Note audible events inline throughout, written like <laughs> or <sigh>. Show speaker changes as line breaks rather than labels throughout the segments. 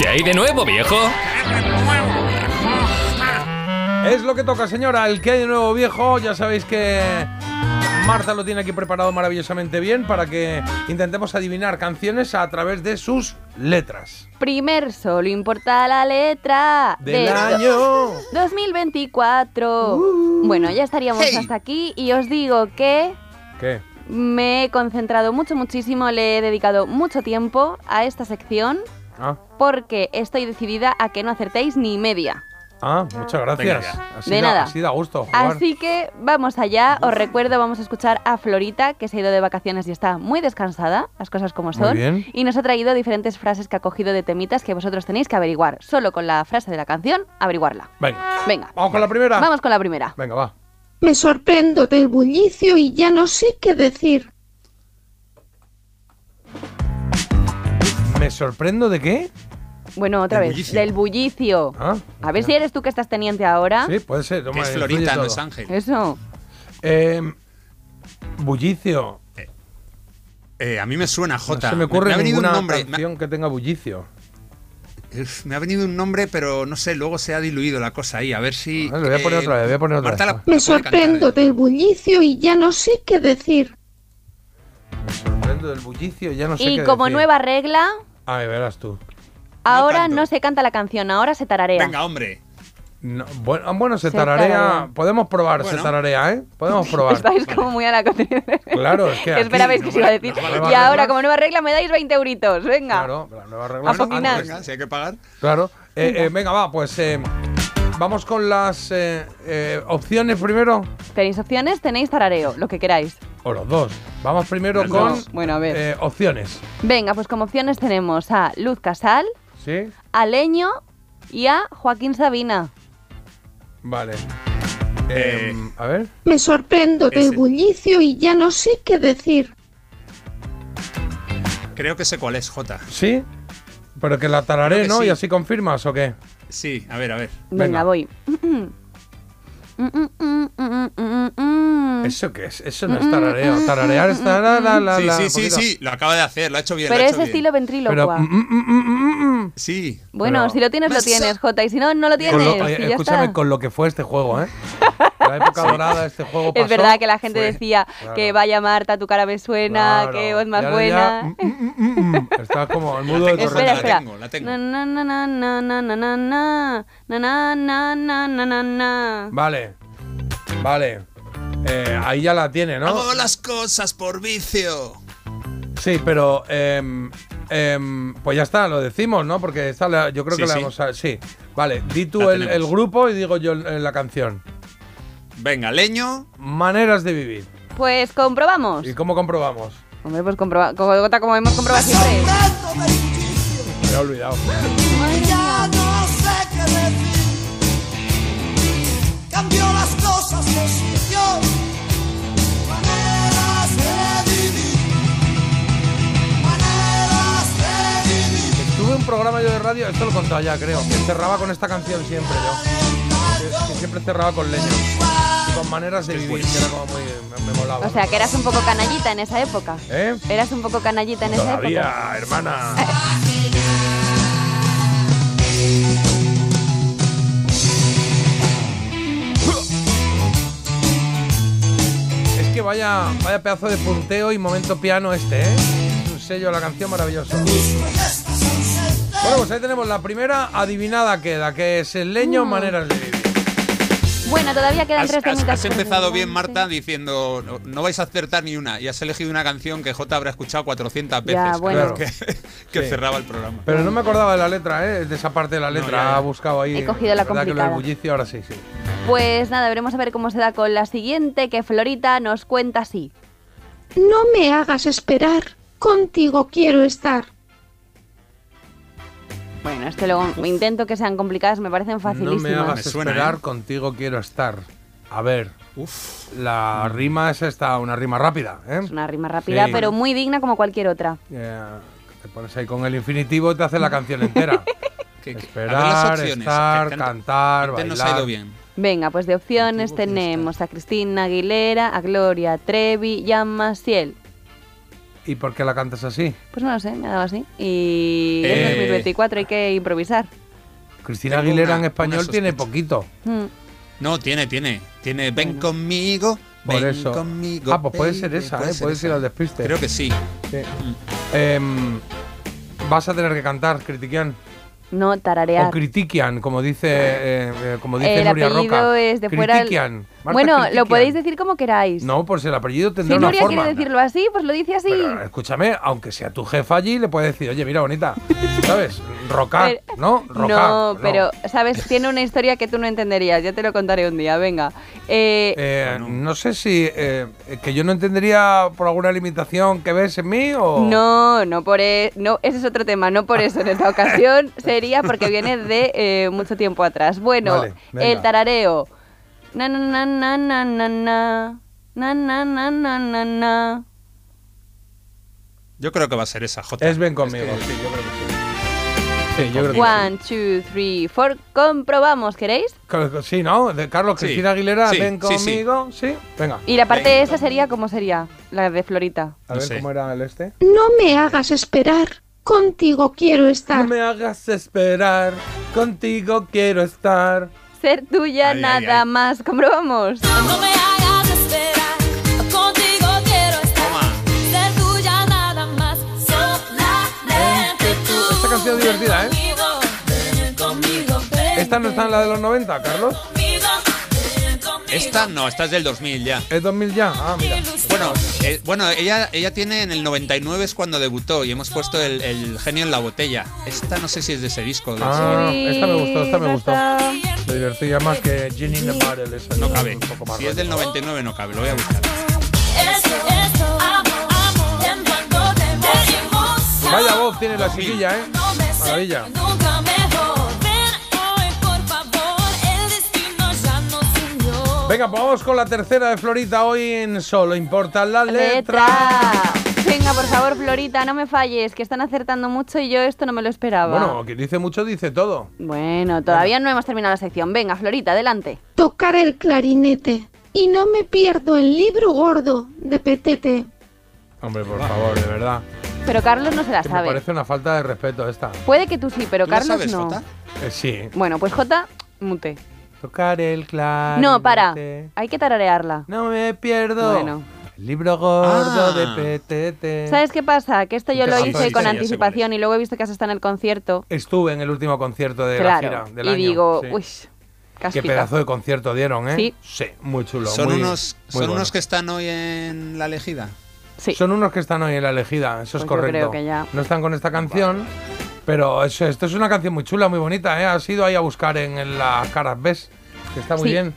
¿Qué hay de nuevo, viejo?
Es lo que toca, señora. El que hay de nuevo viejo, ya sabéis que Marta lo tiene aquí preparado maravillosamente bien para que intentemos adivinar canciones a través de sus letras.
Primer, solo importa la letra
Del año. Uh.
2024. Bueno, ya estaríamos
Hey.
hasta aquí y os digo que
¿Qué?
me he concentrado mucho, muchísimo, le he dedicado mucho tiempo a esta sección
Ah,
porque estoy decidida a que no acertéis ni media.
ah, muchas
Venga,
gracias.
ya.
Así
De
da,
nada.
Así da gusto jugar.
Así que vamos allá, os recuerdo, vamos a escuchar a Florita, que se ha ido de vacaciones y está muy descansada, las cosas como son,
bien.
y nos ha traído diferentes frases que ha cogido de temitas que vosotros tenéis que averiguar, solo con la frase de la canción, averiguarla.
Venga.
Venga,
Vamos con la primera.
vamos con la primera.
Venga, va.
Me sorprendo del bullicio y ya no sé qué decir.
¿Me sorprendo de qué?
Bueno, otra
Del
vez,
bullicio.
del bullicio.
Ah,
A ver si eres tú que estás teniente ahora.
Sí, puede ser.
Que
toma,
es
influye
Florita, no
todo.
es Ángel.
Eso.
Eh, bullicio.
Eh, a mí me suena J.
No se me ocurre
ha venido un
ninguna
nombre. me
canción que tenga bullicio.
ha- uf, Me ha, venido un nombre, pero no sé, luego se ha diluido la cosa ahí. A ver si. eh,
Ah, lo voy a poner otra vez, voy a poner otra
Marta
vez.
la-
Me
la puede cantar,
sorprendo
¿eh?
del bullicio y ya no sé qué decir.
Me sorprendo del bullicio, ya no sé
y
qué
como
decir.
nueva regla,
Ay, Ah, verás tú.
ahora
tanto.
no se canta la canción, ahora se tararea.
Venga, hombre.
No, bueno, ah, bueno, se
Se
tararea.
tararea.
Podemos probar, se
Bueno.
tararea, ¿eh?
<laughs>
Podemos probar.
Estáis como muy a la <laughs> contención.
Claro, es que
Que
aquí-
esperabais que
no
os iba a
vale-
decir.
no vale
y
más
ahora,
reglas.
como nueva regla, me dais 20 euritos. Venga.
Claro, la nueva regla.
Vamos,
Ah,
Nada.
Venga, si hay que pagar.
Claro. Eh, eh, venga, va, pues eh, vamos con las eh, eh, opciones primero.
Tenéis opciones, tenéis tarareo, lo que queráis.
O los dos. Vamos primero
Los
con
dos.
Bueno, a ver.
eh, opciones.
Venga, pues como opciones tenemos a Luz Casal,
¿Sí?
a Leño y a Joaquín Sabina.
Vale.
Eh,
Em, a ver.
Me sorprendo del
Ese.
bullicio y ya no sé qué decir.
Creo que sé cuál es J.
¿Sí? Pero que la tararé,
Creo que
¿no?
sí.
¿Y así confirmas o qué?
Sí, a ver, a ver.
Venga.
Venga, voy. <laughs> Mm, mm.
¿Eso qué es? Eso no es tarareo. Tararear es tarara, la, la,
Sí,
la,
sí, sí,
poquito.
sí. Lo acaba de hacer, lo ha hecho bien.
Pero
lo ha
es
hecho bien.
estilo
Pero,
ventrílocua.
mm, mm, mm, mm, mm.
Sí.
Bueno,
pero-
si lo tienes, lo
Mesa.
tienes, Jota. Y si no, no lo tienes.
Con lo-
y
oye,
ya
escúchame
está.
con lo que fue este juego,
<laughs>
¿eh? La época dorada de este juego pasó.
Es verdad que la gente
fue-
decía que
claro.
vaya Marta, tu cara me suena,
Claro.
que voz
Y
más
ahora
buena.
ya, mm, mm, mm, mm, mm. Estaba como el mudo de
Correcto,
Espera,
la
torrente.
espera.
tengo, la tengo.
Na, na, na, na, na, na, na, na, na, na, na, na, na, na, na, na.
Vale, vale. Eh, ahí ya la tiene, ¿no?
Hago las cosas por vicio.
Sí, pero em, em, pues ya está, lo decimos, ¿no? Porque esta la- yo creo
Sí,
que la
sí.
vamos a... Sí, vale. Di tú
La
el,
tenemos.
el grupo y digo yo el- la canción.
Venga, leño.
Maneras de vivir.
Pues comprobamos.
¿Y cómo comprobamos?
Hombre, pues comproba como, Jota, como hemos comprobado siempre.
Me he olvidado.
Ya no sé qué decir. Cambió las cosas, los sitio, maneras de vivir, maneras de vivir.
Tuve un programa yo de radio, esto lo he contado ya, creo, que cerraba con esta canción siempre yo. Que, que siempre cerraba con leña. Y Con maneras de vivir, que era como muy. me, me molaba.
O sea, que eras un poco canallita en esa época.
¿Eh?
Eras un poco canallita en esa época.
Todavía, hermana. Es que vaya, vaya pedazo de punteo y momento piano este, ¿eh? Es un sello a la canción maravilloso. Bueno, pues ahí tenemos la primera adivinada queda, que es el leño,
Mm.
maneras de vivir.
Bueno, todavía quedan
Has,
tres
has-
temitas.
has empezado bien,
Sí.
Marta, diciendo no, no vais a acertar ni una. Y has elegido una canción que J habrá escuchado 400 veces.
Ya,
creo,
bueno.
Que, <laughs> que
Sí.
cerraba el programa.
Pero no me acordaba de la letra, ¿eh? De esa parte de la letra.
ya, ya.
Ha buscado ahí.
He cogido la
verdad que lo del
complicada.
bullicio, ahora sí, sí.
Pues nada, veremos a ver cómo se da con la siguiente, que Florita nos cuenta así.
No me hagas esperar. Contigo quiero estar.
Bueno, es que luego intento que sean complicadas, me parecen
No me
facilísimas.
hagas
Me suena,
esperar,
¿eh?
contigo quiero estar. A ver. La rima es esta, una rima rápida, ¿eh?
Es una rima rápida,
Sí.
pero muy digna como cualquier otra.
Eh, te pones ahí con el infinitivo y te hace la canción
<laughs>
entera.
Que- que- a ver las
Esperar,
opciones,
estar,
que antes-
cantar,
antes
bailar.
nos ha ido bien.
Venga, pues de opciones
Contigo quiero
tenemos a Cristina Aguilera, a Gloria Trevi y a Maciel.
¿Y por qué la cantas así?
Pues no lo sé, me ha dado así. Y
Eh,
es 24 hay que improvisar.
Cristina
Tengo
Aguilera
una-
en español
una
tiene
sospecha.
poquito.
Mm.
No, tiene, tiene. Tiene Ven
Bueno.
conmigo,
Por
ven
eso.
conmigo.
ah, pues puede ser
baby,
esa, ¿eh? Puede ser
esa.
al despiste.
Creo que sí.
Sí. Em, vas a tener que cantar, Critiquian.
No tararear.
O Critiquian, como dice, eh, eh, como dice
el
Nuria
apellido
Roca.
es de fuera.
Critiquian. Marta
bueno, lo
Critiquian.
podéis decir como queráis.
No, pues el apellido
si
tendrá una
Nuria
forma.
quiere decirlo así, pues lo dice así.
Pero, eh, escúchame, aunque sea tu jefa allí, le puedes decir, oye, mira, bonita, ¿sabes? Roca,
Pero-
¿no? Roca. pues
no, pero, eh, ¿sabes? Tiene una historia que tú no entenderías. Ya te lo contaré un día, venga. Eh,
Eh, no sé si. eh, que yo no entendería por alguna limitación que ves en mí o.
No, no por e- no, ese es otro tema, no por eso
<laughs>
en esta ocasión, sería porque viene de eh, mucho tiempo atrás. Bueno,
Vale, venga.
el tarareo. Na na na na na na na na na na na na na.
Yo creo que va a ser esa, J.
Es ven conmigo,
que-
sí, yo creo que sí. Sí, yo creo que sí.
One, two, three, four. Comprobamos, ¿queréis?
Creo que Sí, ¿no? De Carlos
Sí.
Cristina Aguilera,
Sí,
ven
sí, sí.
conmigo. Sí, venga.
Y la parte esa sería cómo sería la de Florita.
A
No
ver
sé.
cómo era el este.
No me hagas esperar. Contigo quiero
Ah.
No
estar.
me hagas esperar, contigo quiero estar.
Ser tuya
Ay, ay,
nada
ay.
más. Comprobamos.
No me hagas esperar, contigo quiero estar.
Toma.
Ser tuya nada más, solamente tú.
Esta canción es divertida, ¿eh?
Ven conmigo, ven conmigo, ven
¿Esta no está en la de los 90, Carlos?
conmigo, ven conmigo.
Esta no, esta es del 2000 ya.
¿Es 2000 ya? Ah, mira.
Bueno, eh, bueno ella, ella tiene en el 99 es cuando debutó y hemos puesto el, el genio en la botella. Esta no sé si es de ese disco. de ese-
Ah, esta me gustó, esta me gustó.
Rata.
Me divertía más que Ginny in the Bottle, esa
No
era
cabe.
un poco más
Si es del
rollo.
99 no cabe, lo voy a buscar.
Eso, eso, amo, amo. Te mando de emoción.
Vaya voz tiene la chiquilla, ¿eh?
No me sé
Maravilla.
Nunca mejor. Ven hoy, por favor. El destino ya nos unió.
Venga, pues vamos con la tercera de Florita hoy en Solo Importan las
Letra.
Letras.
Venga, por favor, Florita, no me falles, que están acertando mucho y yo esto no me lo esperaba.
Bueno, quien dice mucho dice todo.
Bueno, todavía no hemos terminado la sección. Venga, Florita, adelante.
Tocar el clarinete. Y no me pierdo el libro gordo de Petete.
Hombre, por favor, de verdad.
Pero Carlos no se la
Que me
sabe.
parece una falta de respeto esta.
Puede que tú sí, pero
¿Tú la
Carlos
sabes,
no.
Jota?
Eh, sí.
Bueno, pues Jota, mute.
Tocar el clarinete.
No, para. Hay que tararearla.
No me pierdo.
Bueno.
El libro gordo
Ah.
de PTT.
¿Sabes qué pasa? Que esto yo
Sí,
lo
sí,
hice
sí,
con
sí, ya sé
anticipación y luego he visto que has estado en el concierto.
Estuve en el último concierto de la
claro.
gira del
y
año.
digo,
sí.
uy,
Qué
caspita.
pedazo de concierto dieron, ¿eh?
Sí.
muy chulo.
Son
muy-
unos,
muy
son
bueno.
unos que están hoy en la elegida.
Sí.
Son unos que están hoy en la elegida, eso
Pues
es
yo
correcto.
creo que ya.
No están con esta canción, pero es- esto es una canción muy chula, muy bonita, ¿eh? Has ido ahí a buscar en, en las caras, ¿ves? Que está muy
Sí.
bien.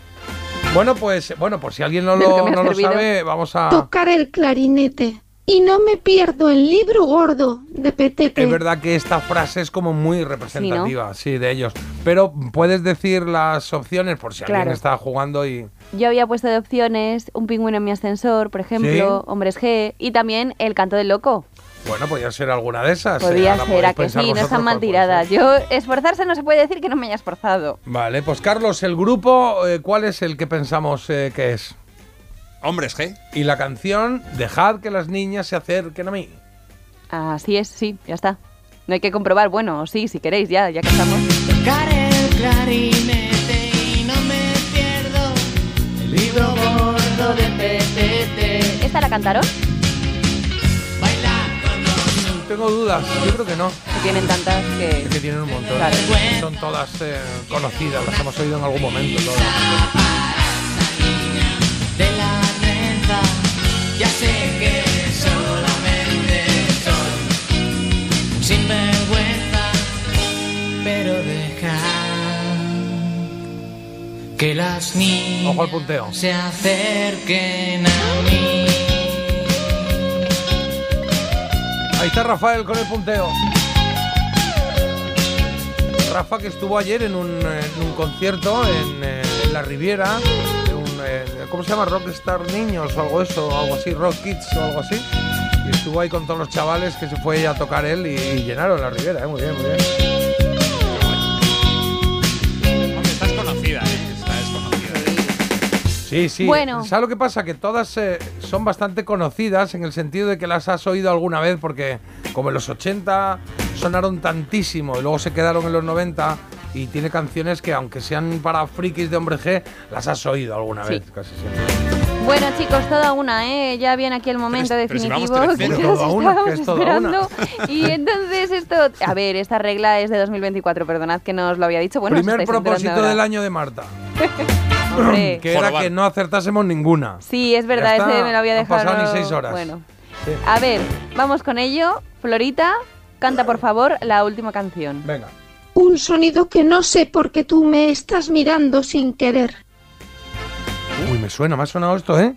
Bueno, pues bueno, por si alguien no
De <laughs> lo
lo,
que me has
no lo
servido.
sabe, vamos a...
Tocar el clarinete. Y no me pierdo el libro gordo de Petete.
Es verdad que esta frase es como muy representativa, sí, de ellos. Pero puedes decir las opciones por si
Claro.
alguien está jugando y...
Yo había puesto de opciones un pingüino en mi ascensor, por ejemplo,
Sí.
Hombres G y también El canto del loco.
Bueno, podía ser alguna de esas. ¿eh?
Podía
Ahora
ser,
podéis
a que
pensar
sí, no
vosotros
están mal
cuál puede
tiradas.
ser.
Yo, esforzarse no se puede decir que no me haya esforzado.
Vale, pues Carlos, el grupo, eh, ¿cuál es el que pensamos eh, que es?
Hombres, G.
Y la canción, dejad que las niñas se acerquen a mí.
Así es, sí, ya está. No hay que comprobar, bueno, sí, si queréis, ya, ya que estamos.
Tocar el clarinete y no me pierdo el libro gordo de PTT.
¿Esta la cantaron?
Bailar cuando
Tengo dudas, yo creo que no.
Que tienen tantas que...
Es que tienen un montón.
Claro.
Son todas eh, conocidas, las hemos oído en algún momento. todas.
de la trenza, ya sé que solamente soy un sinvergüenza, pero dejad que las niñas
Ojo al punteo.
se acerquen a mí.
Ahí está Rafael con el punteo. Rafa que estuvo ayer en un, eh, en un concierto en, eh, en la Riviera. de un, eh, ¿Cómo se llama? Rockstar Niños o algo eso, o algo así, Rock Kids o algo así. Y estuvo ahí con todos los chavales que se fue a tocar él y, y llenaron la Riviera. eh, Muy bien, muy bien.
Hombre, esta es conocida, ¿eh? Esta es conocida.
Sí, sí.
Bueno.
¿Sabes lo que pasa? Que todas eh, son bastante conocidas en el sentido de que las has oído alguna vez porque como en los 80 sonaron tantísimo y luego se quedaron en los 90 y tiene canciones que aunque sean para frikis de hombre G, las has oído alguna
Sí.
vez casi siempre.
Bueno, chicos, toda una, ¿eh? Ya viene aquí el momento
Pero es- pero si vamos
definitivo <laughs> que
3-0.
nos
Toda una, que
estábamos
es toda una.
esperando. Y entonces esto... A ver, esta regla es de 2024, perdonad que no os lo había dicho. Bueno, os
Primer
estáis enterando
propósito
ahora.
del año de Marta,
Hombre.
que era
Jorobar.
que no acertásemos ninguna.
Sí, es verdad,
Ya
ese
está,
me lo había
han
dejado.
pasado ni seis horas.
Bueno.
Sí.
A ver, vamos con ello. Florita, canta por favor la última canción.
Venga.
Un sonido que no sé por qué tú me estás mirando sin querer.
Uy, me suena, me ha sonado esto, ¿eh?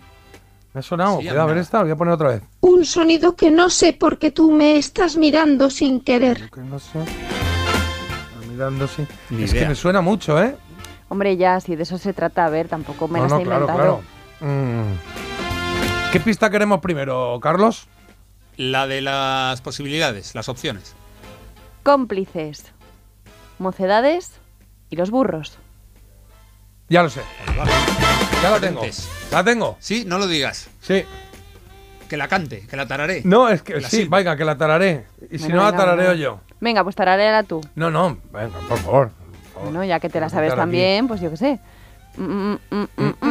Me ha sonado.
Uh. Sí,
Cuidado, a ver
anda.
esta, voy a poner otra vez.
Un sonido que no sé por qué tú me estás mirando sin querer.
Que no sé. Mirando, sí.
Ni
es que
idea.
me suena mucho, ¿eh?
Hombre, ya, si de eso se trata, a ver, tampoco me
no,
las
no,
he
claro,
inventado.
claro. Mm. ¿Qué pista queremos primero, Carlos?
La de las posibilidades, las opciones.
Cómplices, mocedades y los burros.
Ya lo sé, ya la tengo.
Frentes.
¿La tengo?
Sí, no lo digas.
Sí.
Que la cante, que la tararé.
No, es que
La
sí,
silba.
venga, que la tararé. Y si
Bueno,
no, la
venga,
tarareo
venga.
yo.
Venga, pues tararéala tú.
No, no, venga, por favor. por favor.
Bueno, ya que te la
Voy a
sabes
cantar aquí.
también, pues yo qué sé. Mm, mm, mm, mm,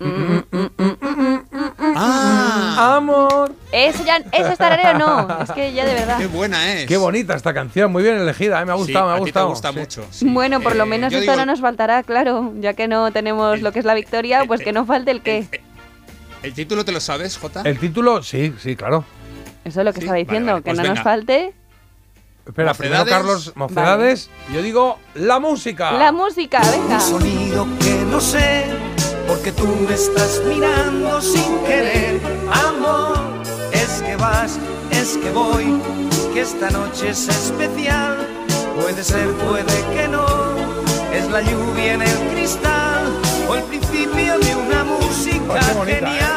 mm, mm.
mm,
¡Ah!
Amor.
Eso ya, eso es tarareo, no. Es que ya de verdad.
¡Qué buena es!
<laughs> Qué bonita esta canción, muy bien elegida, ¿eh? me ha
Sí,
gustado, me
a
ha
ti
gustado.
Te gusta
sí.
mucho. sí.
Bueno, por lo
Eh,
menos
yo
esto
digo-
no nos faltará, claro, ya que no tenemos
El-
lo que es la victoria,
el-
pues que
el-
no falte el qué.
El, el- el título te lo sabes, Jota?
El título, sí, sí, claro.
Eso es lo que
sí,
estaba
vale,
diciendo,
vale,
que
pues
no nos
venga.
falte
Espera, primero
Mocedades.
Carlos, mocedades. Yo digo la música.
Ah.
la música, venga.
sonido que no sé, porque tú me estás mirando sin querer. Amor, es que vas, es que voy, que esta noche es especial. Puede ser, puede que no, es la lluvia en el cristal o el principio de una música
Pues qué bonita, ¿eh?
genial.